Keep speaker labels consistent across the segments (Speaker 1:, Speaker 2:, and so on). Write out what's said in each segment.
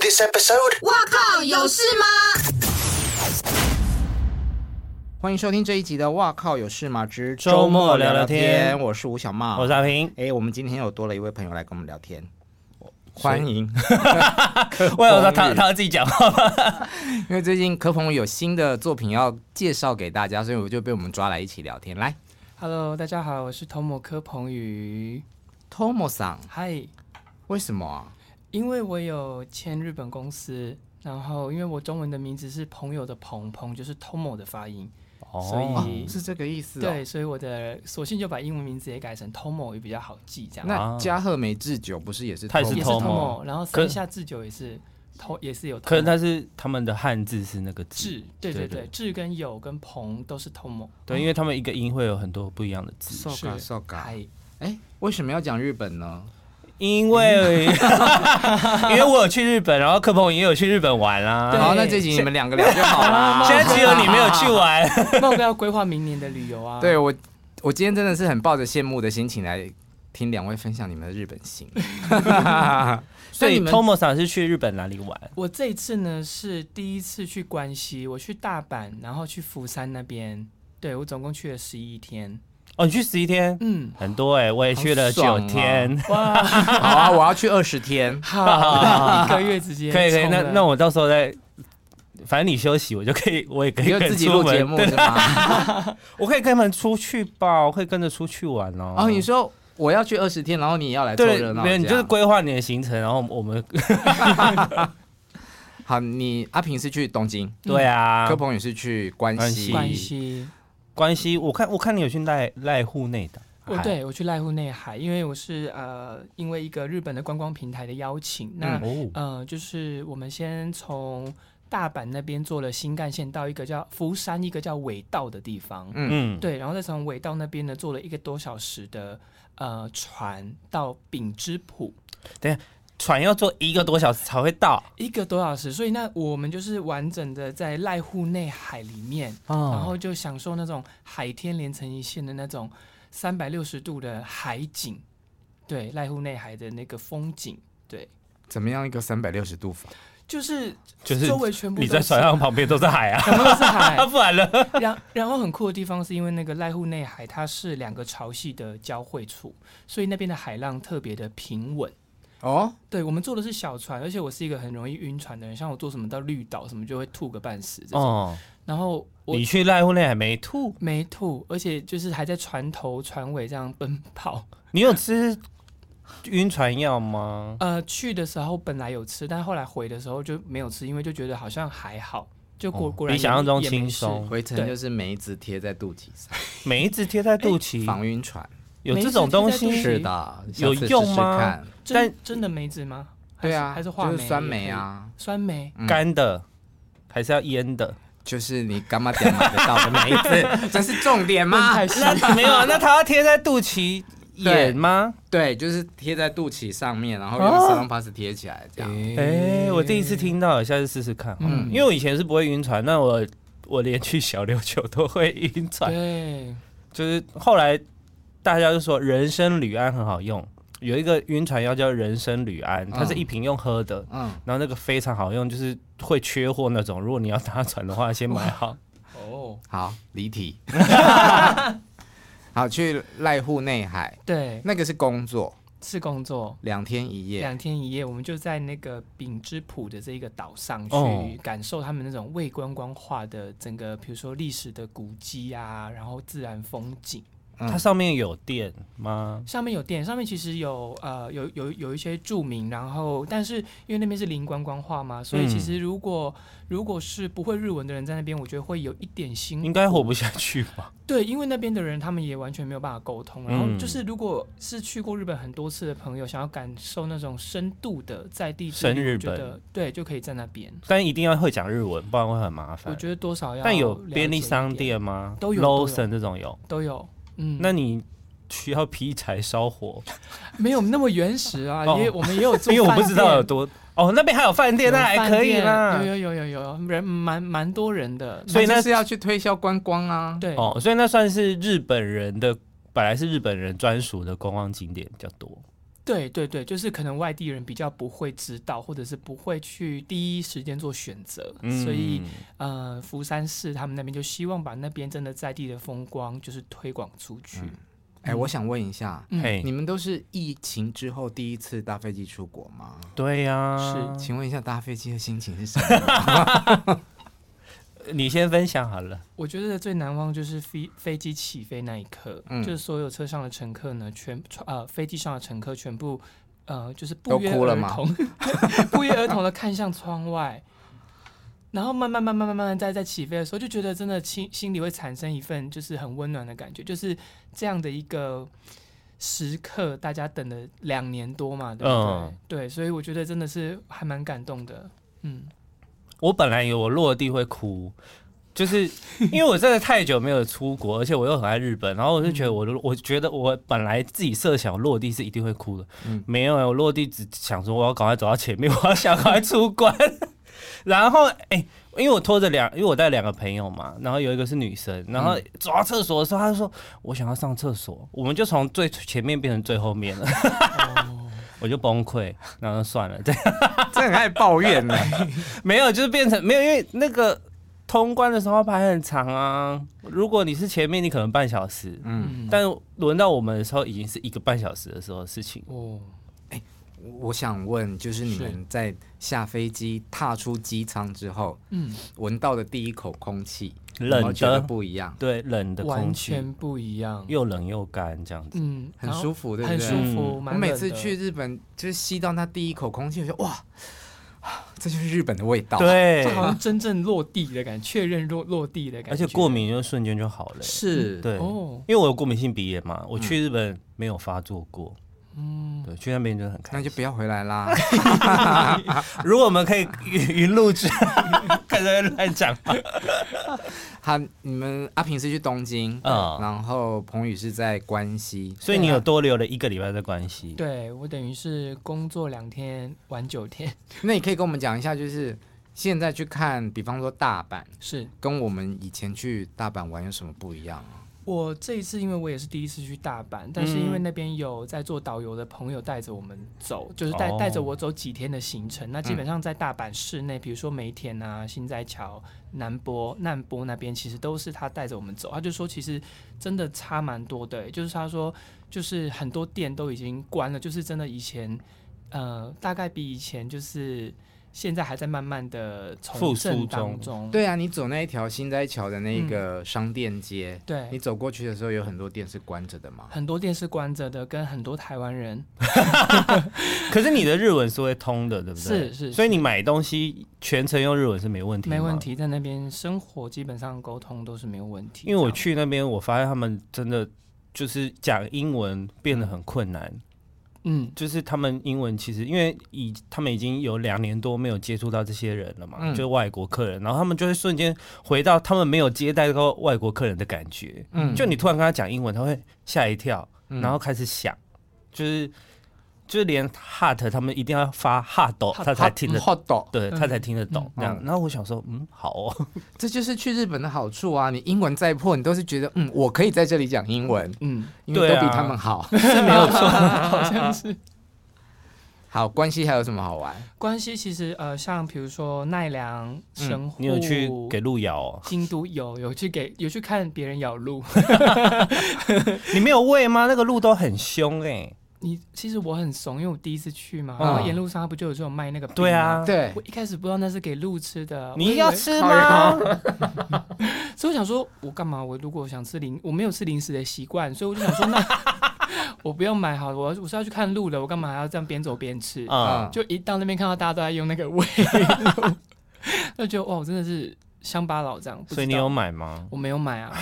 Speaker 1: this episode?
Speaker 2: 欢迎收听这一集的《哇靠有事吗之
Speaker 3: 周末聊聊天
Speaker 2: 我是吴小茂，
Speaker 3: 我是阿平，
Speaker 2: 哎，我们今天又多了一位朋友来跟我们聊天，欢迎。
Speaker 3: 我有
Speaker 2: 彭
Speaker 3: 说他
Speaker 2: 宇
Speaker 3: 他要自己讲话吗？
Speaker 2: 因为最近柯鹏有新的作品要介绍给大家，所以我就被我们抓来一起聊天。来
Speaker 4: Hello，大家好，我是头摩科彭宇。
Speaker 2: ，Tomo 桑，
Speaker 4: 嗨，
Speaker 2: 为什么啊？
Speaker 4: 因为我有签日本公司，然后因为我中文的名字是朋友的鹏鹏，就是 Tomo 的发音，所
Speaker 3: 哦
Speaker 2: 哦
Speaker 4: 以、
Speaker 2: 是这个意思、哦。
Speaker 4: 对，，所以我的索性就把英文名字也改成 Tomo 也比较好记，这样。
Speaker 2: 那加贺美智久不是也是
Speaker 3: 啊他也是
Speaker 4: 也是
Speaker 2: Tomo？
Speaker 3: Tomo
Speaker 4: Tomo，然后
Speaker 3: 可
Speaker 4: 三下智久也是 To，也是有 Tomo。
Speaker 3: 可能他是他们的汉字是那个字
Speaker 4: 智，，对对
Speaker 3: 对
Speaker 4: 对，智跟友跟鹏都是 Tomo。
Speaker 3: 对，因为他们一个音会有很多不一样的字，
Speaker 2: so ga
Speaker 4: 是
Speaker 2: so ga。
Speaker 4: 嗨，
Speaker 2: 哎，为什么要讲日本呢？
Speaker 3: 因为 因为我有去日本，然后柯鹏也有去日本玩
Speaker 4: 对
Speaker 3: 啦。
Speaker 2: 好，那这集你们两个聊就好 啦。
Speaker 3: 现在只有你没有去玩，
Speaker 4: 那我要规划明年的旅游啊。
Speaker 2: 对我，我今天真的是很抱着羡慕的心情来听两位分享你们的日本行。
Speaker 3: 所以
Speaker 2: 那你们
Speaker 3: Tomo 桑是去日本哪里玩？
Speaker 4: 我这一次呢是第一次去关西，我去大阪，然后去釜山那边。对我总共去了十一天。
Speaker 3: 哦，你去十一天，
Speaker 4: 嗯，
Speaker 3: 很多哎，我也去了
Speaker 2: 好爽啊
Speaker 3: 九天。
Speaker 4: 哇，
Speaker 2: 好啊，我要去二十天。
Speaker 4: 好，一个月直接
Speaker 3: 可以可以，
Speaker 4: 啊冲
Speaker 3: 那
Speaker 4: 了
Speaker 3: 那我到时候再，反正你休息，我就可以，我也可
Speaker 2: 你
Speaker 3: 以
Speaker 2: 就
Speaker 3: 跟
Speaker 2: 自己
Speaker 3: 出
Speaker 2: 录
Speaker 3: 门
Speaker 2: 节目
Speaker 3: 对啊
Speaker 2: 是吗？
Speaker 3: 我可以跟他们出去吧，我可以跟着出去玩哦。
Speaker 2: 哦，你说我要去二十天，然后你也要来凑
Speaker 3: 对
Speaker 2: 热，闹，
Speaker 3: 没有，你
Speaker 2: 这
Speaker 3: 就是
Speaker 2: 样
Speaker 3: 规划你的行程，然后我们
Speaker 2: 好。你阿平是去东京，
Speaker 3: 对啊
Speaker 2: 柯，鹏也是去关西，
Speaker 3: 关
Speaker 4: 关西，
Speaker 3: 关系我看我看你有去赖赖户内的，
Speaker 4: 我
Speaker 3: 海，
Speaker 4: 哦对我去濑户内海，因为我是呃，因为一个日本的观光平台的邀请，那、
Speaker 3: 哦，
Speaker 4: 呃，就是我们先从大阪那边坐了新干线到一个叫福山，一个叫尾道的地方。
Speaker 2: 嗯，
Speaker 3: 嗯，
Speaker 4: 对，然后再从尾道那边呢，坐了一个多小时的呃船到丙之浦，
Speaker 3: 船要坐一个多小时才会到，
Speaker 4: 一个多小时。所以那我们就是完整的在濑户内海里面，
Speaker 3: 哦
Speaker 4: 然后就享受那种海天连成一线的那种三百六十度的海景，对，濑户内海的那个风景，对，
Speaker 2: 怎么样一个三百六十度法？
Speaker 4: 就是
Speaker 3: 就是
Speaker 4: 周围全部
Speaker 3: 你
Speaker 4: 都
Speaker 3: 在
Speaker 4: 是
Speaker 3: 船上旁边都是海 啊，
Speaker 4: 全部都是 海，
Speaker 3: 不然呢？
Speaker 4: 然然后很酷的地方是因为那个濑户内海，它是两个潮汐的交汇处，所以那边的海浪特别的平稳。
Speaker 2: 哦，
Speaker 4: 对我们坐的是小船，而且我是一个很容易晕船的人，像我坐什么到绿岛什么就会吐个半死这种。
Speaker 3: 哦，
Speaker 4: 然后我
Speaker 3: 你去赖户内还没吐，
Speaker 4: 没吐，而且就是还在船头船尾这样奔跑。
Speaker 3: 你有吃晕船药吗？
Speaker 4: 呃，去的时候本来有吃，但后来回的时候就没有吃，因为就觉得好像还好，就果、
Speaker 3: 哦
Speaker 4: 果然
Speaker 3: 比想象中
Speaker 4: 也没
Speaker 3: 轻
Speaker 4: 事
Speaker 3: 松
Speaker 2: 回程
Speaker 4: 对
Speaker 2: 就是梅子贴在肚脐上，
Speaker 3: 每一只贴在肚脐，
Speaker 2: 哎防晕船。
Speaker 3: 有这种东
Speaker 4: 梅子贴在
Speaker 3: 西
Speaker 4: 肚，
Speaker 2: 是的，
Speaker 3: 嗯
Speaker 2: 下
Speaker 3: 有
Speaker 2: 次试试
Speaker 3: 用吗
Speaker 2: 看
Speaker 4: 真真的梅子吗？还
Speaker 2: 对
Speaker 4: 是
Speaker 2: 啊，
Speaker 4: 还是话
Speaker 2: 就
Speaker 4: 梅
Speaker 2: 是酸梅
Speaker 4: 也可以，
Speaker 2: 啊，
Speaker 4: 酸梅。
Speaker 2: 嗯
Speaker 3: 干的还是要腌的？
Speaker 2: 就是你干嘛点买得到的梅子， 这是重点吗？
Speaker 3: 那没有啊，那它要贴在肚脐眼吗？
Speaker 2: 对，就是贴在肚脐上面，然后
Speaker 3: 哦
Speaker 2: 用 s a l o n pass 贴起来，这样。
Speaker 3: 哎、我第一
Speaker 4: 嗯
Speaker 3: 次听到，下次试试看。嗯，因为我以前是不会晕船，那我我连去小琉球都会晕船，
Speaker 4: 对，
Speaker 3: 就是后来大家就说人参铝胺很好用，有一个晕船药叫人参铝
Speaker 4: 嗯
Speaker 3: 胺，它是一瓶用喝的。
Speaker 2: 嗯，
Speaker 3: 然后那个非常好用，就是会缺货那种。如果你要搭船的话，先买好。
Speaker 4: 哦，
Speaker 2: 好，离题。 好，去濑户内海，
Speaker 4: 对，
Speaker 2: 那个是工作，
Speaker 4: 是工作
Speaker 2: 两天一夜。
Speaker 4: 两天一夜，我们就在那个丙之浦的这一个岛上
Speaker 3: 哦
Speaker 4: 去感受他们那种未观光化的整个，比如说历史的古迹啊，然后自然风景。
Speaker 3: 它上面有电吗？
Speaker 4: 上面有店，上面其实有呃有有有一些著名，然后但是因为那边是零观光化嘛，所以
Speaker 3: 嗯
Speaker 4: 其实如果、如果是不会日文的人在那边，我觉得会有一点辛苦。
Speaker 3: 应该活不下去吧？
Speaker 4: 对，因为那边的人他们也完全没有办法沟通。然后
Speaker 3: 嗯
Speaker 4: 就是如果是去过日本很多次的朋友，想要感受那种深度的在地之
Speaker 3: 深
Speaker 4: 旅
Speaker 3: 日
Speaker 4: 我觉
Speaker 3: 本
Speaker 4: 得对，就可以在那边。
Speaker 3: 但一定要会讲日文，不然会很麻
Speaker 4: 我
Speaker 3: 烦。
Speaker 4: 觉得多少要
Speaker 3: 但有
Speaker 4: 了解
Speaker 3: 便利
Speaker 4: 一
Speaker 3: 商
Speaker 4: 点
Speaker 3: 店吗？
Speaker 4: 都有都有
Speaker 3: Lawson 这种有。
Speaker 4: 都有。嗯，
Speaker 3: 那你需要劈柴烧火？
Speaker 4: 没有那么原始啊，
Speaker 3: 哦
Speaker 4: 因为我们 也有做
Speaker 3: 因为我不
Speaker 4: 饭
Speaker 3: 知道有
Speaker 4: 店
Speaker 3: 多哦，那边还有饭店，那还可以
Speaker 4: 啦，
Speaker 3: 啦。
Speaker 4: 有有有有有人蛮蛮多人的，
Speaker 3: 所以
Speaker 2: 那
Speaker 3: 那
Speaker 2: 是要去推销观光啊。
Speaker 4: 对，
Speaker 3: 哦，所以那算是日本人的，本来是日本人专属的观光景点比较多。
Speaker 4: 对对对，就是可能外地人比较不会知道，或者是不会去第一时间做选择，所
Speaker 3: 嗯
Speaker 4: 以呃，福山市他们那边就希望把那边真的在地的风光就是推广出去。
Speaker 2: 哎、我想问一下，
Speaker 3: 嗯，
Speaker 4: 嗯
Speaker 3: 嘿
Speaker 2: 你，们都是疫情之后第一次搭飞机出国吗？
Speaker 3: 对呀，
Speaker 2: 是，请问一下搭飞机的心情是什么？
Speaker 3: 你先分享好了。
Speaker 4: 我觉得最难忘就是飞飞机起飞那一刻，
Speaker 2: 嗯
Speaker 4: 就是所有车上的乘客呢，全呃飞机上的乘客全部呃就是
Speaker 2: 都
Speaker 4: 不约
Speaker 2: 哭了
Speaker 4: 而
Speaker 2: 吗
Speaker 4: 同，不约而同的看向窗外，然后慢慢慢慢慢慢在在起飞的时候，就觉得真的心心里会产生一份就是很温暖的感觉，就是这样的一个。时刻，大家等了两年多嘛，对不对？
Speaker 3: 嗯
Speaker 4: 对，所以我觉得真的是还蛮感动的。嗯，
Speaker 3: 我本来以为我落地会哭，就是因为我真的太久没有出国，而 且我又很爱日本，然后我就觉得我，我觉得我本来自己设想我落地是一定会哭的，
Speaker 2: 嗯
Speaker 3: 没有，我落地只想说我要赶快走到前面， 我要想赶快出关。 然后，哎、因为我拖着两，因为我带两个朋友嘛，然后有一个是女生，然后走到厕所的时候，她就说我想要上厕所，我们就从最前面变成最后面了， 我就崩溃，然后算了，这 样。
Speaker 2: 真的很爱抱怨呢、
Speaker 3: 没有，就是变成没有，因为那个通关的时候排很长啊。如果你是前面，你可能半小时，
Speaker 2: 嗯，
Speaker 3: 但轮到我们的时候已经是一个半小时的时候的事情。
Speaker 4: 哦，
Speaker 2: 我想问，就是你们在下飞机、踏出机舱之后，
Speaker 4: 嗯，
Speaker 2: 闻到的第一口空气，有
Speaker 3: 冷
Speaker 2: 没有觉得
Speaker 3: 的
Speaker 2: 不一样，
Speaker 3: 对，冷的空
Speaker 4: 完
Speaker 3: 气
Speaker 4: 全不一样。
Speaker 3: 又冷又干这样子。
Speaker 4: 嗯，
Speaker 2: 很
Speaker 4: 然后
Speaker 2: 舒服，对不
Speaker 4: 很
Speaker 2: 对？
Speaker 4: 舒
Speaker 3: 嗯
Speaker 4: 服。
Speaker 2: 我
Speaker 4: 蛮
Speaker 2: 每
Speaker 4: 冷
Speaker 2: 次
Speaker 4: 的
Speaker 2: 去，日本，就是吸到那第一口空气，我就哇，啊这就是日本的味道。，
Speaker 3: 对
Speaker 4: 就，好像真正落地的感觉，确认落落地的感觉，
Speaker 3: 而且过敏就瞬间就好了、
Speaker 2: 是，嗯
Speaker 3: 嗯对，
Speaker 4: 哦，
Speaker 3: 因为我有过敏性鼻炎嘛，我去日本没有发作过。嗯，对，去那边就很开
Speaker 2: 那就
Speaker 3: 心。
Speaker 2: 不要回来 啦。
Speaker 3: 如果我们可以 云云录制，开始乱讲话。
Speaker 2: 啊他你们阿平是去东京，
Speaker 3: 嗯
Speaker 2: 然后彭宇是在关西，
Speaker 3: 所以你有多留了一个礼拜的关系。
Speaker 4: 对我等于是工作两天玩九天，
Speaker 2: 啊那你可以跟我们讲一下，就是现在去看，比方说大阪，
Speaker 4: 是
Speaker 2: 跟我们以前去大阪玩有什么不一样啊？
Speaker 4: 我这一次，因为我也是第一次去大阪，但是因为那边有在做导游的朋友带着我们走，就是带
Speaker 3: 嗯哦
Speaker 4: 带着我走几天的行程。那基本上在大阪市内，比如说梅田啊、新斋桥、南波、难波那边，其实都是他带着我们走。他就说，其实真的差蛮多的、就是他说，就是很多店都已经关了，就是真的以前，呃，大概比以前就是现在还在慢慢的重
Speaker 3: 复苏
Speaker 4: 振当
Speaker 3: 中
Speaker 4: 中。
Speaker 2: 对啊，你走那一条新斋桥的那个商店街，
Speaker 4: 对
Speaker 2: 你，走过去的时候有很多店是关着的嘛。
Speaker 4: 很多店是关着的，跟很多台湾人
Speaker 3: 可是你的日文是会通的，对不对？
Speaker 4: 是是
Speaker 3: 所以你买东西全程用日文是没问题。
Speaker 4: 没问。题，在那边生活基本上沟通都是没有问题。
Speaker 3: 因为我
Speaker 4: 这样
Speaker 3: 去那边，我发现他们真的就是讲英文变得很困难。
Speaker 4: 嗯
Speaker 3: 就是他们英文其实因为以他们已经有两年多没有接触到这些人了嘛，
Speaker 2: 嗯
Speaker 3: 就是外国客人，然后他们就会瞬间回到他们没有接待过外国客人的感觉。
Speaker 2: 嗯
Speaker 3: 就你突然跟他讲英文，他会吓一跳，
Speaker 2: 嗯
Speaker 3: 然后开始想，就是就是连 heart 他们一定要发 heart 他才听得
Speaker 2: 好懂，
Speaker 3: 对他才听得懂
Speaker 4: 嗯
Speaker 3: 这样。然后我想说，嗯，好 哦，
Speaker 2: 这就是去日本的好处啊！你英文再破，你都是觉得嗯，我可以在这里讲英文，
Speaker 4: 嗯，
Speaker 2: 因为都
Speaker 3: 对啊
Speaker 2: 比他们好。
Speaker 3: 是没有 错。
Speaker 4: 好像是
Speaker 2: 好，关西还有什么好玩？
Speaker 4: 关系。其实呃，像比如说奈良、神户，
Speaker 3: 嗯你有去给路遥哦？
Speaker 4: 京都有有去给有去看别人咬鹿，
Speaker 3: 你没有喂吗？那个鹿都很凶哎，
Speaker 4: 你其实我很怂，因为我第一次去嘛，
Speaker 3: 嗯
Speaker 4: 然后沿路上他不就有这种卖那个饼
Speaker 3: 对
Speaker 4: 吗，
Speaker 3: 啊，
Speaker 2: 对
Speaker 4: 我一开始不知道那是给鹿吃的，我以
Speaker 3: 你
Speaker 4: 为
Speaker 3: 要，吃吗？
Speaker 4: 所以我想说，我干嘛？我如果想吃零，我没有吃零食的习惯，所以我就想说，那 我不用买好了，我我是要去看鹿的，我干嘛还要这样边走边吃？
Speaker 2: 嗯
Speaker 3: 啊，
Speaker 4: 就一到那边看到大家都在用那 个喂，就觉得哇，我真的是乡巴佬这样。不知
Speaker 3: 所以你
Speaker 4: 道
Speaker 3: 有买嗯吗？
Speaker 4: 我没有买啊，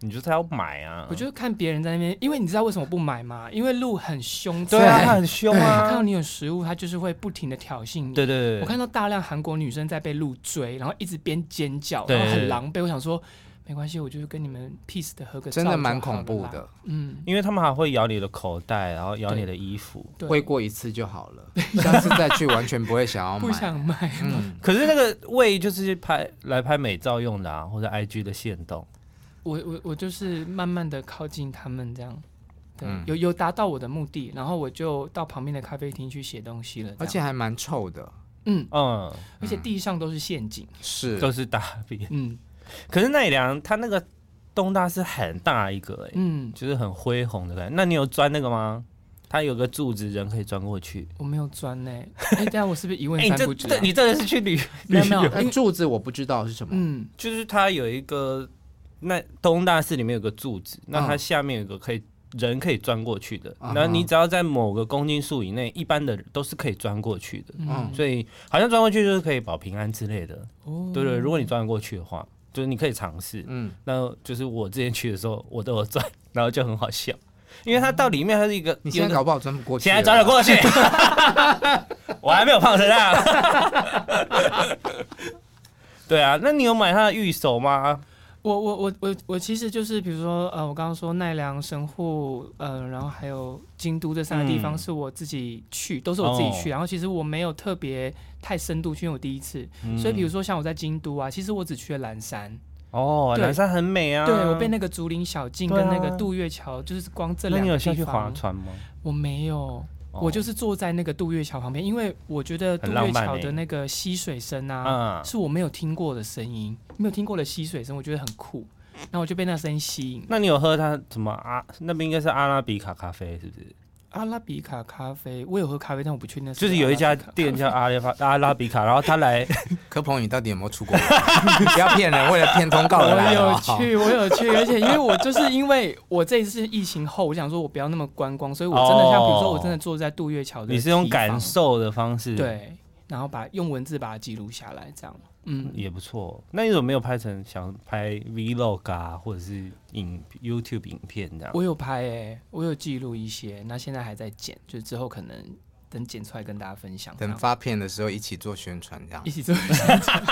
Speaker 3: 你就是要买啊！
Speaker 4: 我就看别人在那边，因为你知道为什么不买吗？因为鹿很凶残，
Speaker 3: 对啊，他很 凶
Speaker 4: 看到
Speaker 3: 啊！
Speaker 4: 你有食物，它就是会不停的挑衅你。
Speaker 3: 对对对，
Speaker 4: 我看到大量韩国女生在被鹿追，然后一直边尖叫，
Speaker 3: 对
Speaker 4: 然后很狼狈。我想说，没关系，我就是跟你们 peace 的合个照，
Speaker 2: 真的蛮恐怖。的，
Speaker 4: 嗯，
Speaker 3: 因为他们还会咬你的口袋，然后咬你的衣服。
Speaker 4: 对，
Speaker 2: 喂过一次就好了，下次再去完全不会想要
Speaker 4: 不
Speaker 2: 买。
Speaker 4: 想买嘛。
Speaker 2: 嗯，
Speaker 3: 可是那个胃就是拍来拍美照用的啊，或者 IG 的线动。
Speaker 4: 我我我就是慢慢的靠近他们这样，对，
Speaker 2: 嗯
Speaker 4: 有有达到我的目的，然后我就到旁边的咖啡厅去写东西了这样。
Speaker 2: 而且还蛮臭的，
Speaker 4: 嗯，
Speaker 3: 嗯，
Speaker 4: 而且地上都是陷阱，
Speaker 2: 是
Speaker 3: 都是大便。
Speaker 4: 嗯
Speaker 3: 可是奈良它那个东大是很大一个、欸，
Speaker 4: 嗯，
Speaker 3: 就是很恢宏的感觉。那你有钻那个吗？它有个柱子，人可以钻过去。
Speaker 4: 我没有钻呢、哎、等一下我是不是一问
Speaker 3: 哎、你
Speaker 4: 三
Speaker 3: 这
Speaker 4: 不知、啊
Speaker 3: 这你这个是去旅旅
Speaker 4: 没有没有
Speaker 3: 游？
Speaker 2: 但哎柱子我不知道是什么，
Speaker 4: 嗯，
Speaker 3: 就是它有一个那东大寺里面有个柱子，那它
Speaker 2: 嗯
Speaker 3: 下面有个可以。人可以钻过去的，
Speaker 2: 啊哈
Speaker 3: 然后你只要在某个公斤数以内，一般的都是可以钻过去的。
Speaker 2: 嗯
Speaker 3: 所以好像钻过去就是可以保平安之类的。
Speaker 4: 哦
Speaker 3: 对对，如果你钻得过去的话，就是你可以尝试。
Speaker 2: 嗯，
Speaker 3: 那就是我之前去的时候，我都有钻，然后就很好笑，因为它到里面它是一个，
Speaker 2: 你现在搞
Speaker 3: 有一个
Speaker 2: 不好钻不过去，
Speaker 3: 现在钻得，过 去，我还没有胖成那样。 对啊，那你有买它的玉手吗？
Speaker 4: 我我我我我其实就是比如说呃，我刚刚说奈良、神户，呃，然后还有京都这三个地
Speaker 3: 嗯
Speaker 4: 方是我自己去，都是我自己去。
Speaker 3: 哦
Speaker 4: 然后其实我没有特别太深度去，因为我第一次。
Speaker 3: 嗯
Speaker 4: 所以比如说像我在京都啊，其实我只去了岚山，
Speaker 3: 哦，
Speaker 4: 对
Speaker 3: 南山很美啊。
Speaker 4: 对我被那个竹林小径
Speaker 3: 对
Speaker 4: 跟
Speaker 3: 啊
Speaker 4: 那个渡月桥，就是光这
Speaker 3: 那
Speaker 4: 两
Speaker 3: 你
Speaker 4: 个
Speaker 3: 有下
Speaker 4: 地
Speaker 3: 去划
Speaker 4: 方，
Speaker 3: 船吗？哦
Speaker 4: 我没有。我就是坐在那个渡月桥旁边，因为我觉得渡
Speaker 3: 很浪
Speaker 4: 月
Speaker 3: 漫
Speaker 4: 桥
Speaker 3: 欸
Speaker 4: 的那个溪水声啊，
Speaker 3: 啊，嗯
Speaker 4: 是我没有听过的声音，没有听过的溪水声，我觉得很酷，然后我就被那声音吸引。
Speaker 3: 那你有喝它什么阿？那边应该是阿拉比卡咖啡，是不是？
Speaker 4: 阿拉比卡咖啡，我有喝咖啡，但我不确定那不
Speaker 3: 就是有一家
Speaker 4: 阿拉比卡
Speaker 3: 店叫阿拉巴阿拉比卡，然后他 来
Speaker 2: 柯鹏宇到底有没有出过国？ 不要骗人，为了骗通告而
Speaker 4: 我
Speaker 2: 来
Speaker 4: 有
Speaker 2: 好不好
Speaker 4: 去，我有去， 而且因为我就是因为我这一次疫情后，我想说我不要那么观光，所以我真的像比如说我真的坐在渡月桥的，
Speaker 3: 哦你是用感，受的方式，，
Speaker 4: 对，然后把用文字把它记录下来，这样，嗯，
Speaker 3: 也不错。那你怎么没有拍成想拍 vlog 啊，或者是影 YouTube 影片这样？
Speaker 4: 我有拍诶、欸我有记录一些，那现在还在剪，就之后可能等剪出来跟大家分享，这
Speaker 2: 等
Speaker 4: 样
Speaker 2: 发片的时候一起做宣传，这样
Speaker 4: 一起做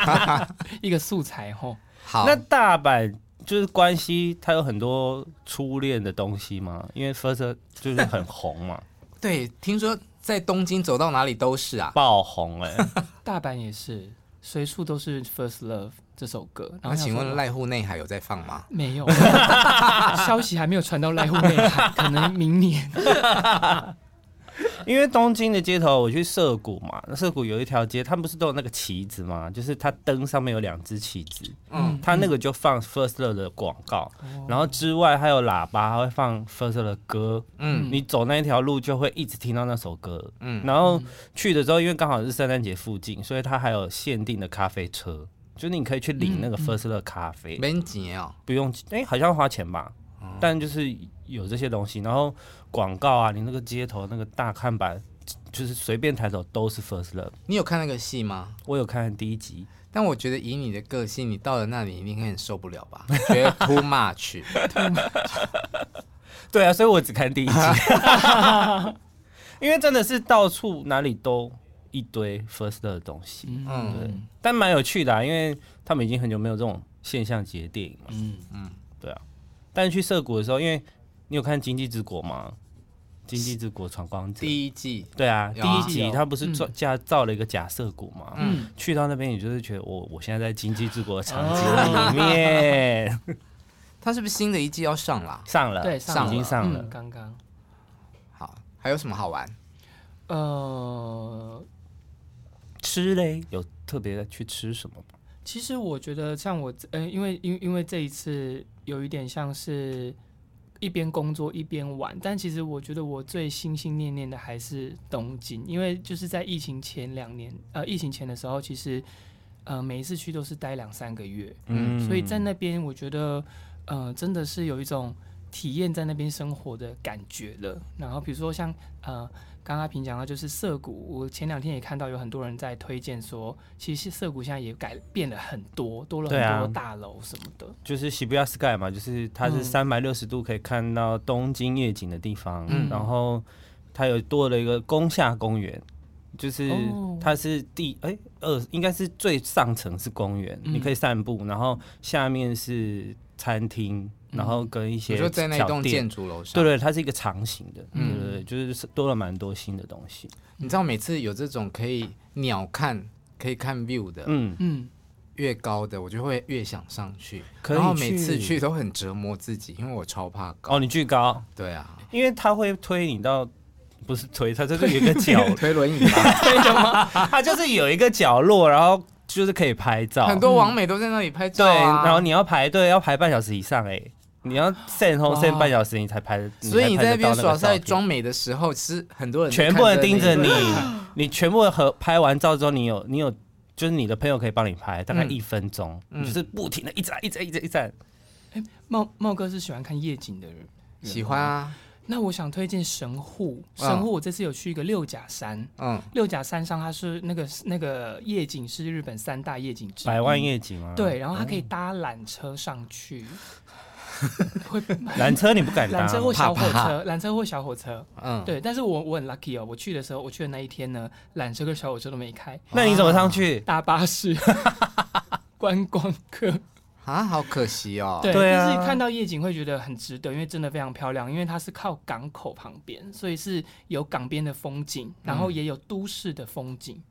Speaker 4: 一个素材吼。
Speaker 2: 好
Speaker 3: 那。大阪就是关西，它有很多初恋的东西嘛，因为 first 就是很红嘛，
Speaker 2: 对，听说在东京走到哪里都是啊，
Speaker 3: 爆红哎、
Speaker 4: 大阪也是，随处都是《First Love》这首歌。然
Speaker 2: 那
Speaker 4: 后
Speaker 2: 请
Speaker 4: 想说
Speaker 2: 问濑户内海有在放吗？
Speaker 4: 没有？消息还没有传到濑户内 海，可能明年。
Speaker 3: 因为东京的街头，我去涩谷嘛，那涩谷有一条街，它不是都有那个旗子嘛，就是它灯上面有两只旗子，嗯，哦它那个就放 First Love 的广告，然后之外还有喇叭，还会放 First Love 的歌，嗯，你走那一条路就会一直听到那首歌，嗯，然后去的时候，因为刚好是圣诞节附近，所以它还有限定的咖啡车。就是你可以去领那个 First Love 咖啡，
Speaker 2: 没钱哦，
Speaker 3: 不用，哎、好像要花钱吧，但就是有这些东西，然后广告啊，你那个街头那个大看板，就是随便抬头都是 First Love。
Speaker 2: 你有看那个戏吗？
Speaker 3: 我有看第一集，
Speaker 2: 但我觉得以你的个性，你到了那里一定会很受不了 吧？觉得 too much。
Speaker 3: 对啊，所以我只看第一集，因为真的是到处哪里都一堆 First Love 的东西，
Speaker 2: 嗯，
Speaker 3: 对，但蛮有趣的、啊，因为他们已经很久没有这种现象级的电影了，嗯嗯，对啊，但是去涩谷的时候，因为你有看《经济之国》吗？《经济之国》闯关者
Speaker 2: 第一季
Speaker 3: 对啊，第
Speaker 2: 有啊
Speaker 3: 一集他不是造架造了一个假涩谷嘛？
Speaker 2: 嗯
Speaker 3: 去到那边你就是觉得我我现在在经济之国的场景里面
Speaker 2: 它是不是新的一季要上啦？
Speaker 3: 上了，
Speaker 4: 对，
Speaker 2: 上
Speaker 3: 已
Speaker 2: 了
Speaker 3: 经上了
Speaker 4: 嗯，。刚刚。
Speaker 2: 好，还有什么好玩？
Speaker 4: 呃，
Speaker 3: 吃嘞，有特别的去吃什么吗？
Speaker 4: 其实我觉得像我，呃，因为因因为这一次有一点像是一边工作一边玩，但其实我觉得我最心心念念的还是东京，因为就是在疫情前两年，呃，疫情前的时候，其实呃每一次去都是待两三个月，
Speaker 3: 嗯
Speaker 4: 所以在那边我觉得，呃，真的是有一种体验在那边生活的感觉了。然后比如说像呃，刚刚平讲到就是涩谷，我前两天也看到有很多人在推荐说，其实涩谷现在也改变了很多，多了
Speaker 3: 对啊
Speaker 4: 很多大楼什么的。
Speaker 3: 就是喜布亚 sky 嘛，就是它是
Speaker 4: 嗯
Speaker 3: 三百六十度可以看到东京夜景的地方，
Speaker 4: 嗯
Speaker 3: 然后它有多了一个宫下公园，就是
Speaker 4: 哦
Speaker 3: 它是第哎、二应该是最上层是公园，
Speaker 4: 嗯
Speaker 3: 你可以散步，然后下面是餐厅，然后跟一
Speaker 2: 嗯你
Speaker 3: 些
Speaker 2: 说在那
Speaker 3: 小
Speaker 2: 栋
Speaker 3: 店
Speaker 2: 建筑楼上，
Speaker 3: 对对，它是一个长形的，
Speaker 4: 嗯
Speaker 3: 对对对，就是多了蛮多新的东西，
Speaker 2: 你知道每次有这种可以鸟看、可以看 view 的，
Speaker 3: 嗯，
Speaker 4: 嗯，
Speaker 2: 越高的我就会越想上去，
Speaker 3: 可以
Speaker 2: 然后每次
Speaker 3: 去
Speaker 2: 去都很折磨自己，因为我超怕高。
Speaker 3: 哦，你巨高，
Speaker 2: 对啊，
Speaker 3: 因为它会推你到，不是推，它就是有一个角
Speaker 2: 推轮椅吧，
Speaker 3: 它就是有一个角落，然后就是可以拍照，
Speaker 2: 很多网美都在那里拍照
Speaker 3: 对，
Speaker 2: 啊。
Speaker 3: 然后你要排队要排半小时以上哎、你要 send home
Speaker 2: 哇
Speaker 3: send 半小时你才拍，
Speaker 2: 所以你在那边耍帅
Speaker 3: 帅
Speaker 2: 装，美的时候，其实很多人都
Speaker 3: 全部人盯着
Speaker 2: 看
Speaker 3: 你
Speaker 2: 你，，
Speaker 3: 你全部合拍完照之后，你有你有就是你的朋友可以帮你拍，大概
Speaker 2: 嗯
Speaker 3: 一分钟，
Speaker 2: 嗯
Speaker 3: 你就是不停的一直来一直来一直来一直来，
Speaker 4: 茂茂哥是喜欢看夜景的人，
Speaker 2: 喜欢啊，
Speaker 4: 那我想推荐神户，
Speaker 2: 啊
Speaker 4: 神户我这次有去一个六甲山，
Speaker 2: 嗯，
Speaker 4: 六甲山上它是那个那个夜景是日本三大夜景之一
Speaker 3: 百万夜景啊
Speaker 2: 嗯
Speaker 3: 吗？
Speaker 4: 对，然后它
Speaker 2: 哦
Speaker 4: 可以搭缆车上 去，会
Speaker 3: 缆车你不敢搭
Speaker 4: 缆车或
Speaker 3: 吗，
Speaker 4: 小火
Speaker 2: 怕怕
Speaker 4: 车，缆车或小火车，
Speaker 2: 嗯，
Speaker 4: 对，但是我我很 lucky 哦，我去的时候，我去的那一天呢，缆车跟小火车都没开，
Speaker 3: 那你怎么上去？
Speaker 4: 大 巴士观光客。
Speaker 2: 啊，好可惜哦。
Speaker 4: 对，
Speaker 3: 对
Speaker 4: 但
Speaker 3: 啊
Speaker 4: 是看到夜景会觉得很值得，因为真的非常漂亮，因为它是靠港口旁边，所以是有港边的风景，然
Speaker 2: 嗯
Speaker 4: 后也有都市的风景，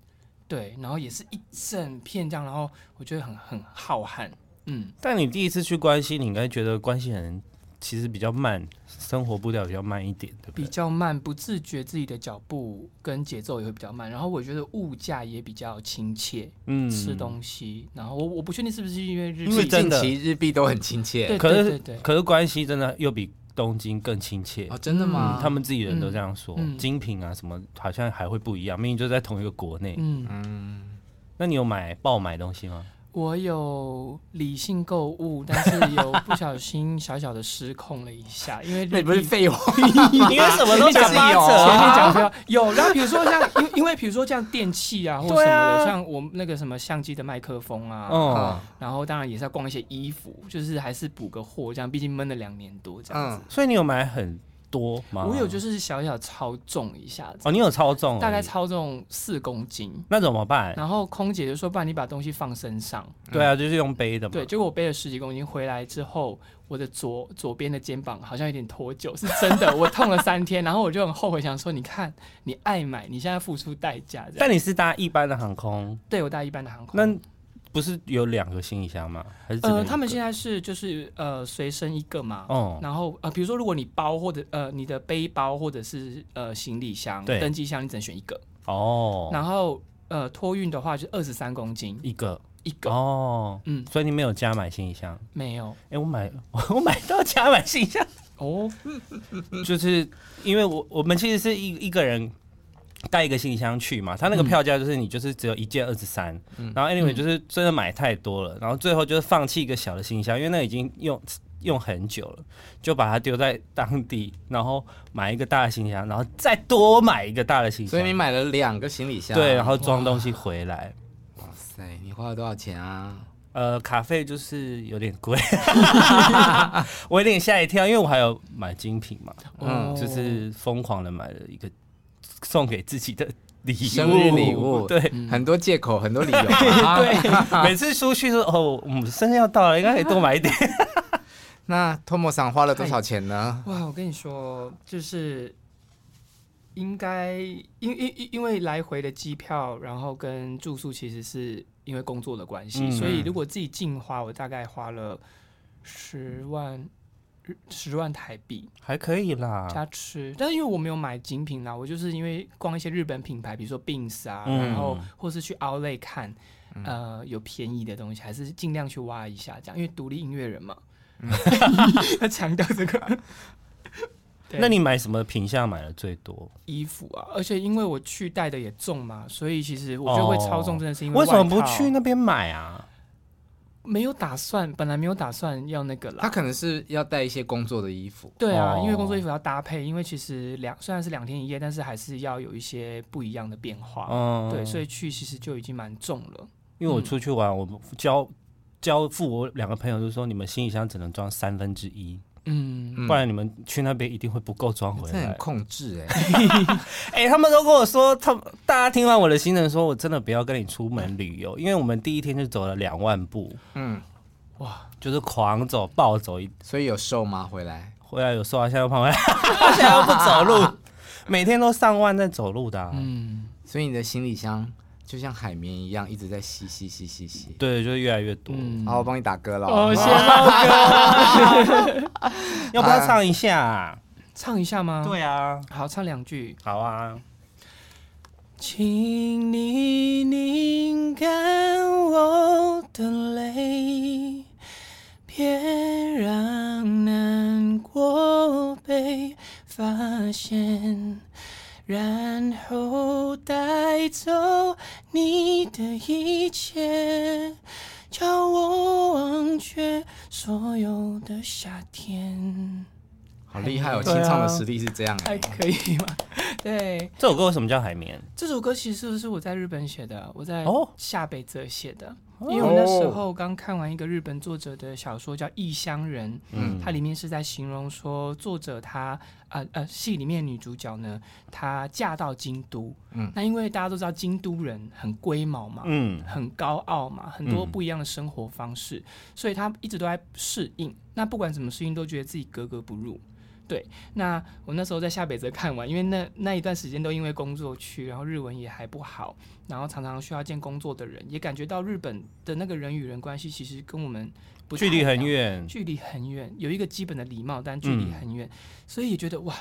Speaker 4: 对，然后也是一整片这样，然后我觉得很很浩瀚，嗯，
Speaker 3: 但你第一次去关西，你应该觉得关西人其实比较慢，生活步调比较慢一点，对不
Speaker 4: 比
Speaker 3: 对？
Speaker 4: 较慢，不自觉自己的脚步跟节奏也会比较慢，然后我觉得物价也比较亲切，
Speaker 3: 嗯
Speaker 4: 吃东西，然后我我不确定是不是因为日
Speaker 3: 因为
Speaker 4: 币
Speaker 3: 真
Speaker 2: 近
Speaker 3: 的
Speaker 2: 期日币都很亲
Speaker 4: 对
Speaker 2: 切。
Speaker 3: 可是
Speaker 4: 对对对
Speaker 3: 可是关西真的又比东京更亲切。
Speaker 2: 哦，真的
Speaker 3: 嗯
Speaker 2: 吗？
Speaker 3: 他们自己人都这样说，
Speaker 4: 嗯嗯
Speaker 3: 精品啊什么好像还会不一样，明明就在同一个国内。
Speaker 4: 嗯，
Speaker 3: 那你有买爆买东西吗？
Speaker 4: 我有理性购物，但是有不小心小小的失控了一下，因为
Speaker 2: 那你不是
Speaker 4: 日币
Speaker 2: 废话？
Speaker 3: 因为什么都打八折
Speaker 4: 前面讲
Speaker 3: 啊。
Speaker 4: 说有，然后比如说像因因为比如说像电器啊或什么
Speaker 3: 对啊
Speaker 4: 的，像我们那个什么相机的麦克风啊，
Speaker 3: 哦，
Speaker 4: 然后当然也是要逛一些衣服，就是还是补个货这样，毕竟闷了两年多这样子。
Speaker 3: 所以你有买很多吗？
Speaker 4: 我有就是是小小超重一下子，
Speaker 3: 哦，你哎有超重而已，
Speaker 4: 大概超嗯重四公斤。
Speaker 3: 那怎么办？
Speaker 4: 然后空姐就说：“不然你把东西放身上。
Speaker 3: 对啊，就是用背的”嘛。
Speaker 4: 对，结果我背了十几公斤回来之后，我的左左边的肩膀好像有点脱臼，是真的，我痛了三天。然后我就很后悔，想说：“你看，你爱买，你现在付出代价。”这样。
Speaker 3: 但你 是搭一般的航空，
Speaker 4: 对我搭一般的航空。
Speaker 3: 那不是有两个行李箱吗？还是只能
Speaker 4: 嗯呃，
Speaker 3: 一个
Speaker 4: 他们现在是就是呃随身一个嘛，
Speaker 3: 哦
Speaker 4: 然后呃，比如说如果你包或者呃你的背包或者是呃行李箱、
Speaker 3: 对
Speaker 4: 登机箱，你只能选一个。
Speaker 3: 哦
Speaker 4: 然后呃托运的话就二十三公斤
Speaker 3: 一个
Speaker 4: 一个，
Speaker 3: 哦，
Speaker 4: 嗯，
Speaker 3: 所以你没有加买行李箱。
Speaker 4: 没有
Speaker 3: 哎、我买 我买到加买行李箱，
Speaker 4: 哦，
Speaker 3: 就是因为我我们其实是一一个人带一个行李箱去嘛，他那个票价就是你就是只有一件二十三，
Speaker 2: 嗯
Speaker 3: 然后 anyway 就是真的买太多了，然后最后就是放弃一个小的行李箱，因为那已经用用很久了，就把它丢在当地，然后买一个大的行李箱，然后再多买一个大的行李
Speaker 2: 所以你
Speaker 3: 箱，
Speaker 2: 买了两个行李箱。
Speaker 3: 对，然后装东西回来。
Speaker 2: 哇塞，你花了多少钱啊？
Speaker 3: 呃，卡费就是有点贵，我有点吓一跳，因为我还有买精品嘛，
Speaker 2: 嗯
Speaker 4: 哦
Speaker 3: 就是疯狂的买了一个送给自己的礼物，
Speaker 2: 生日礼物嗯
Speaker 3: 对。
Speaker 2: 很多借口，很多理由 嘛。啊对，
Speaker 3: 每次出去说哦，我们生日要到了，应该可以多买一点。
Speaker 2: 那托莫桑花了多少钱呢？
Speaker 4: 哇，我跟你说，就是应该因因因因为来回的机票，然后跟住宿，其实是因为工作的关系，
Speaker 3: 嗯
Speaker 4: 所以如果自己净花，我大概花了十万日十万台币
Speaker 3: 还可以啦，
Speaker 4: 加吃，但是因为我没有买精品啦，我就是因为逛一些日本品牌，比如说 Bings 啊，
Speaker 3: 嗯
Speaker 4: 然后或是去 Outlet 看。呃，有便宜的东西，还是
Speaker 3: 嗯
Speaker 4: 尽量去挖一下，这样，因为独立音乐人嘛，要强调这个。对
Speaker 3: 那你买什么品相买的最多？
Speaker 4: 衣服啊，而且因为我去带的也重嘛，所以其实我觉得会超重，真的是因为
Speaker 3: 哦为什么不
Speaker 4: 外套
Speaker 3: 去那边买啊？
Speaker 4: 没有打算，本来没有打算要那个
Speaker 2: 他
Speaker 4: 啦。
Speaker 2: 可能是要带一些工作的衣服，
Speaker 4: 对啊，
Speaker 3: 哦
Speaker 4: 因为工作衣服要搭配，因为其实两虽然是两天一夜，但是还是要有一些不一样的变化。
Speaker 3: 嗯，
Speaker 4: 对，所
Speaker 3: 以
Speaker 4: 以去其实就已经蛮重了。
Speaker 3: 因为我出去玩，我交交付我两个朋友就说，你们行李箱只能装三分之一，
Speaker 4: 嗯，
Speaker 2: 嗯
Speaker 3: 不然你们去那边一定会不够装回
Speaker 2: 这
Speaker 3: 来
Speaker 2: 很。控制哎、
Speaker 3: 哎、他们都跟我说，他们大家听完我的行程说，我真的不要跟你出门旅游，因为我们第一天就走了两万步，
Speaker 2: 嗯，
Speaker 3: 就是狂走暴走一，
Speaker 2: 所以有瘦吗？回来？
Speaker 3: 回来有瘦啊，现在又胖回 来，现在又不走路，每天都上万在走路的、啊。
Speaker 4: 嗯，
Speaker 2: 所以你的行李箱就像海绵一样，一直在吸吸吸吸吸。
Speaker 3: 对，就是越来越多，
Speaker 4: 嗯
Speaker 2: 好，我帮你打歌了。
Speaker 4: 哦，谢谢
Speaker 3: 要不要唱一下、啊？
Speaker 4: 唱一下吗？，
Speaker 3: 对啊，
Speaker 4: 好，唱两句。
Speaker 3: 好啊，
Speaker 4: 请你拧干我的泪，别让难过被发现，然后带走你的一切，叫我忘却所有的夏天。
Speaker 2: 好厉害哦，
Speaker 3: 对啊
Speaker 2: 清唱的实力是这样哎、
Speaker 4: 还可以吗？对。
Speaker 3: 这首歌为什么叫海绵？
Speaker 4: 这首歌其实是我在日本写的，我在
Speaker 3: 哦
Speaker 4: 下北泽写的，因为我那时候刚看完一个日本作者的小说叫《异乡人》，
Speaker 2: 嗯
Speaker 4: 它里面是在形容说作者她呃呃戏里面女主角呢，她嫁到京都，
Speaker 2: 嗯
Speaker 4: 那因为大家都知道京都人很龟毛嘛，
Speaker 3: 嗯，
Speaker 4: 很高傲嘛，很多不一样的生活方式，所以他一直都在适应。那不管什么事情都觉得自己格格不入。对，那我那时候在下北泽看完，因为那那一段时间都因为工作去，然后日文也还不好，然后常常需要见工作的人，也感觉到日本的那个人与人关系其实跟我们不太
Speaker 3: 距离
Speaker 4: 一
Speaker 3: 很
Speaker 4: 样，
Speaker 3: 远，
Speaker 4: 距离很远，有一个基本的礼貌，但距离
Speaker 3: 嗯
Speaker 4: 很远，所以也觉得哇，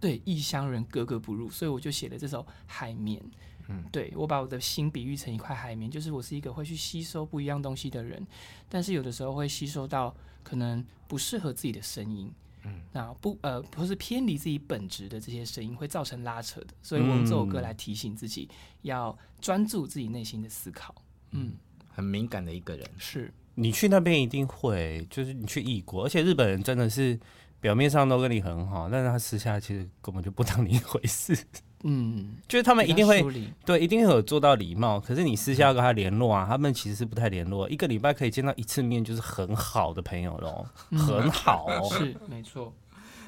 Speaker 4: 对异乡人格格不入，所以我就写了这首《海绵》。
Speaker 2: 嗯
Speaker 4: 对我把我的心比喻成一块海绵，就是我是一个会去吸收不一样东西的人，但是有的时候会吸收到可能不适合自己的声音。嗯，那不呃，或是偏离自己本职的这些声音，会造成拉扯的。所以我用这首歌
Speaker 3: 嗯
Speaker 4: 来提醒自己，要专注自己内心的思考。嗯，
Speaker 2: 很敏感的一个人。
Speaker 4: 是，
Speaker 3: 你去那边一定会，就是你去异国，而且日本人真的是表面上都跟你很好，但是他私下其实根本就不当你一回事，
Speaker 4: 嗯，
Speaker 3: 就是他
Speaker 4: 他
Speaker 3: 们一定会对，一定会有做到礼貌，可是你私下跟他联络啊，他们其实是不太联络，一个礼拜可以见到一次面就是很好的朋友喽，很好哦。
Speaker 4: 是没错。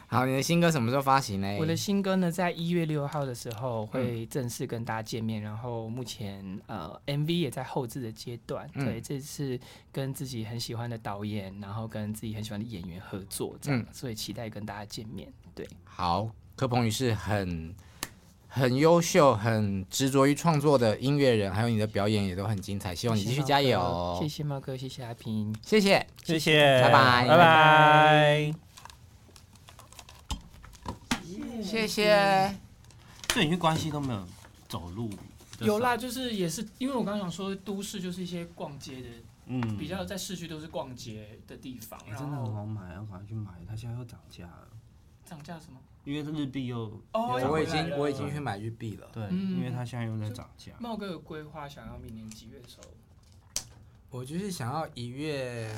Speaker 2: 好，你的新歌什么时候发行呢？
Speaker 4: 我的新歌呢，在一月六号的时候会
Speaker 2: 嗯
Speaker 4: 正式跟大家见面，然后目前呃 MV 也在后置的阶段，
Speaker 2: 嗯
Speaker 4: 对，这次跟自己很喜欢的导演，然后跟自己很喜欢的演员合作，这样，
Speaker 2: 嗯
Speaker 4: 所以期待跟大家见面。对，
Speaker 2: 好，柯鹏宇是很很优秀、很执着于创作的音乐人，还有你的表演也都很精彩，希望你继续加油。
Speaker 4: 谢谢猫哥，谢谢阿平。
Speaker 2: 谢谢。
Speaker 3: 谢谢，
Speaker 2: 拜拜
Speaker 3: 拜
Speaker 2: 拜
Speaker 3: 拜。
Speaker 2: 谢谢。
Speaker 3: 对你去关系都没有走路，
Speaker 4: 有，啦，就是也是因为我刚刚想说，都市就是一些逛街的，
Speaker 3: 嗯
Speaker 4: 比较在市区都是逛街的地方，
Speaker 3: 哎
Speaker 4: 然
Speaker 3: 真的很
Speaker 4: 后
Speaker 2: 哦
Speaker 3: 好买，要赶快去买，它现在又涨价了，
Speaker 4: 涨价什么？
Speaker 3: 因为日币又
Speaker 4: 哦
Speaker 2: 我已
Speaker 4: 回来
Speaker 2: 经
Speaker 4: 了
Speaker 2: 我已经去买日币了。
Speaker 3: 对，
Speaker 4: 嗯
Speaker 3: 因为它现在又在涨价。
Speaker 4: 茂哥有规划想要明年几月的时候？
Speaker 2: 我就是想要一月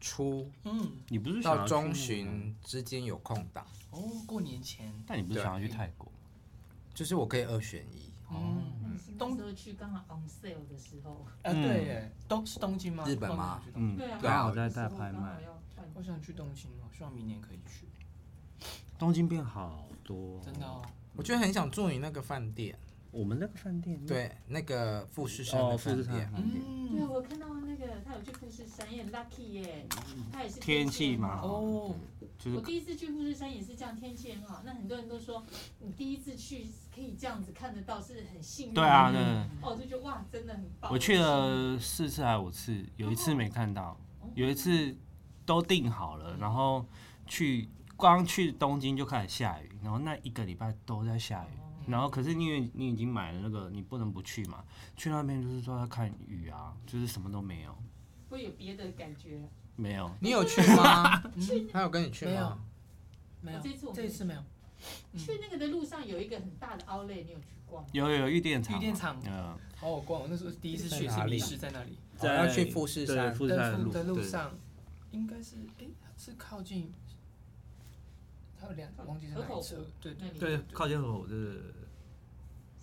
Speaker 2: 初
Speaker 4: 嗯，
Speaker 3: 你不是想
Speaker 2: 到
Speaker 3: 要去那
Speaker 2: 中
Speaker 3: 个，
Speaker 2: 旬之间有空档，
Speaker 4: 哦，过年前。
Speaker 3: 但你不是想要去泰国？
Speaker 2: 就是我可以二选一。
Speaker 4: 嗯，
Speaker 1: 东时候去刚好 on sale 的时
Speaker 4: 啊，
Speaker 1: 候，
Speaker 3: 嗯
Speaker 4: 对耶，东是东京吗？
Speaker 2: 日本吗
Speaker 4: 我想去东京
Speaker 3: 嗯
Speaker 1: 啊，
Speaker 2: 刚好
Speaker 3: 在大拍卖，
Speaker 4: 啊我想去东京哦，希望明年可以去。
Speaker 3: 东京变好多，
Speaker 4: 真的。哦，
Speaker 2: 我就很想住你那个饭店，
Speaker 3: 我们那个饭店，
Speaker 2: 对，那个富士山
Speaker 3: 哦，
Speaker 2: 的
Speaker 3: 富
Speaker 2: 饭
Speaker 3: 士山
Speaker 2: 店。
Speaker 3: 饭店，
Speaker 1: 对啊，
Speaker 4: 嗯，
Speaker 1: 我看到那个他有去富士山，也很 lucky 耶，他也是
Speaker 3: 天气
Speaker 1: 很
Speaker 3: 嘛，
Speaker 1: 好。
Speaker 4: 哦，
Speaker 3: 就
Speaker 1: 我
Speaker 3: 是
Speaker 1: 第一次去富士山也是这样，天气很好。那很多人都说，你第一次去可以这样子看得到，是很幸运。
Speaker 3: 对啊，对。
Speaker 1: 哦，我就觉得哇，真的很棒。
Speaker 3: 我去了四次还是五次，有一次
Speaker 4: 哦
Speaker 3: 没看到，有一次都订好了，然后去光去东京就开始下雨，然后那一个礼拜都在下雨。
Speaker 4: 哦
Speaker 3: 然后可是因为你已经买了那个，你不能不去嘛。去那边就是说要看雨啊，就是什么都没有，
Speaker 1: 会有别的感觉。
Speaker 3: 没有。
Speaker 2: 你有去吗？他有跟你去
Speaker 4: 没
Speaker 2: 吗
Speaker 4: 有？没有，
Speaker 1: 这次我
Speaker 4: 这一次没有，嗯
Speaker 1: 去那个的路上有一个很大的 outlet，你有去逛吗？
Speaker 3: 有有有玉电厂，
Speaker 4: 玉电厂
Speaker 3: 嗯，
Speaker 4: 好好逛。我那时候第一次去
Speaker 2: 在
Speaker 4: 是
Speaker 2: 哪里
Speaker 4: 迷失在那里，
Speaker 2: 在
Speaker 3: 在
Speaker 2: 要去富士山
Speaker 3: 对富士山
Speaker 4: 的
Speaker 3: 路
Speaker 4: 路
Speaker 3: 对
Speaker 4: 上应该是哎、是靠近，它有两忘记是哪一侧，对对
Speaker 1: 那里
Speaker 5: 对，靠近河口，对对对对对。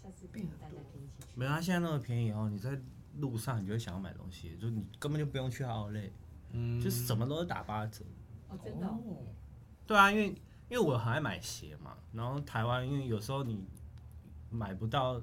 Speaker 1: 下次跟大家可以一起去。
Speaker 3: 没有，它现在那么便宜哦，你在路上你就会想要买东西，就你根本就不用去奥莱，
Speaker 5: 嗯
Speaker 3: 就是什么都是打八折。
Speaker 1: 哦，真的哦，
Speaker 3: 对啊，因为因为我很爱买鞋嘛，然后台湾因为有时候你买不到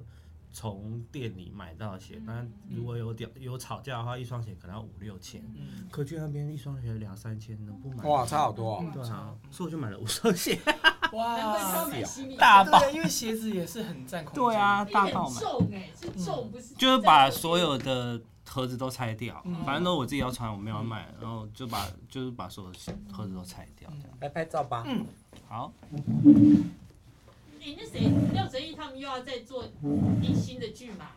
Speaker 3: 从店里买到的鞋，
Speaker 4: 嗯
Speaker 3: 那、如果有点有吵架的话，一双鞋可能要五六千，
Speaker 4: 嗯，
Speaker 3: 可去那边一双鞋两三千，能不买？
Speaker 5: 哇，差好多哦。
Speaker 3: 对啊，所以我就买了五双鞋，
Speaker 1: 难怪
Speaker 4: 哇
Speaker 1: 他，买西米，
Speaker 3: 大
Speaker 4: 对啊，因为鞋子也是很占空间，
Speaker 3: 对啊，
Speaker 1: 因为
Speaker 3: 大
Speaker 1: 很
Speaker 3: 爆买，
Speaker 1: 重哎，是重不是？
Speaker 3: 就是把所有的。盒子都拆掉，
Speaker 4: 嗯
Speaker 3: 反正都我自己要穿，我没有要卖，然后就把就是把所有盒子都拆掉，这样
Speaker 2: 来拍照吧。
Speaker 4: 嗯
Speaker 3: 好。
Speaker 1: 哎，那谁廖哲义他们又要再做一新的剧嘛？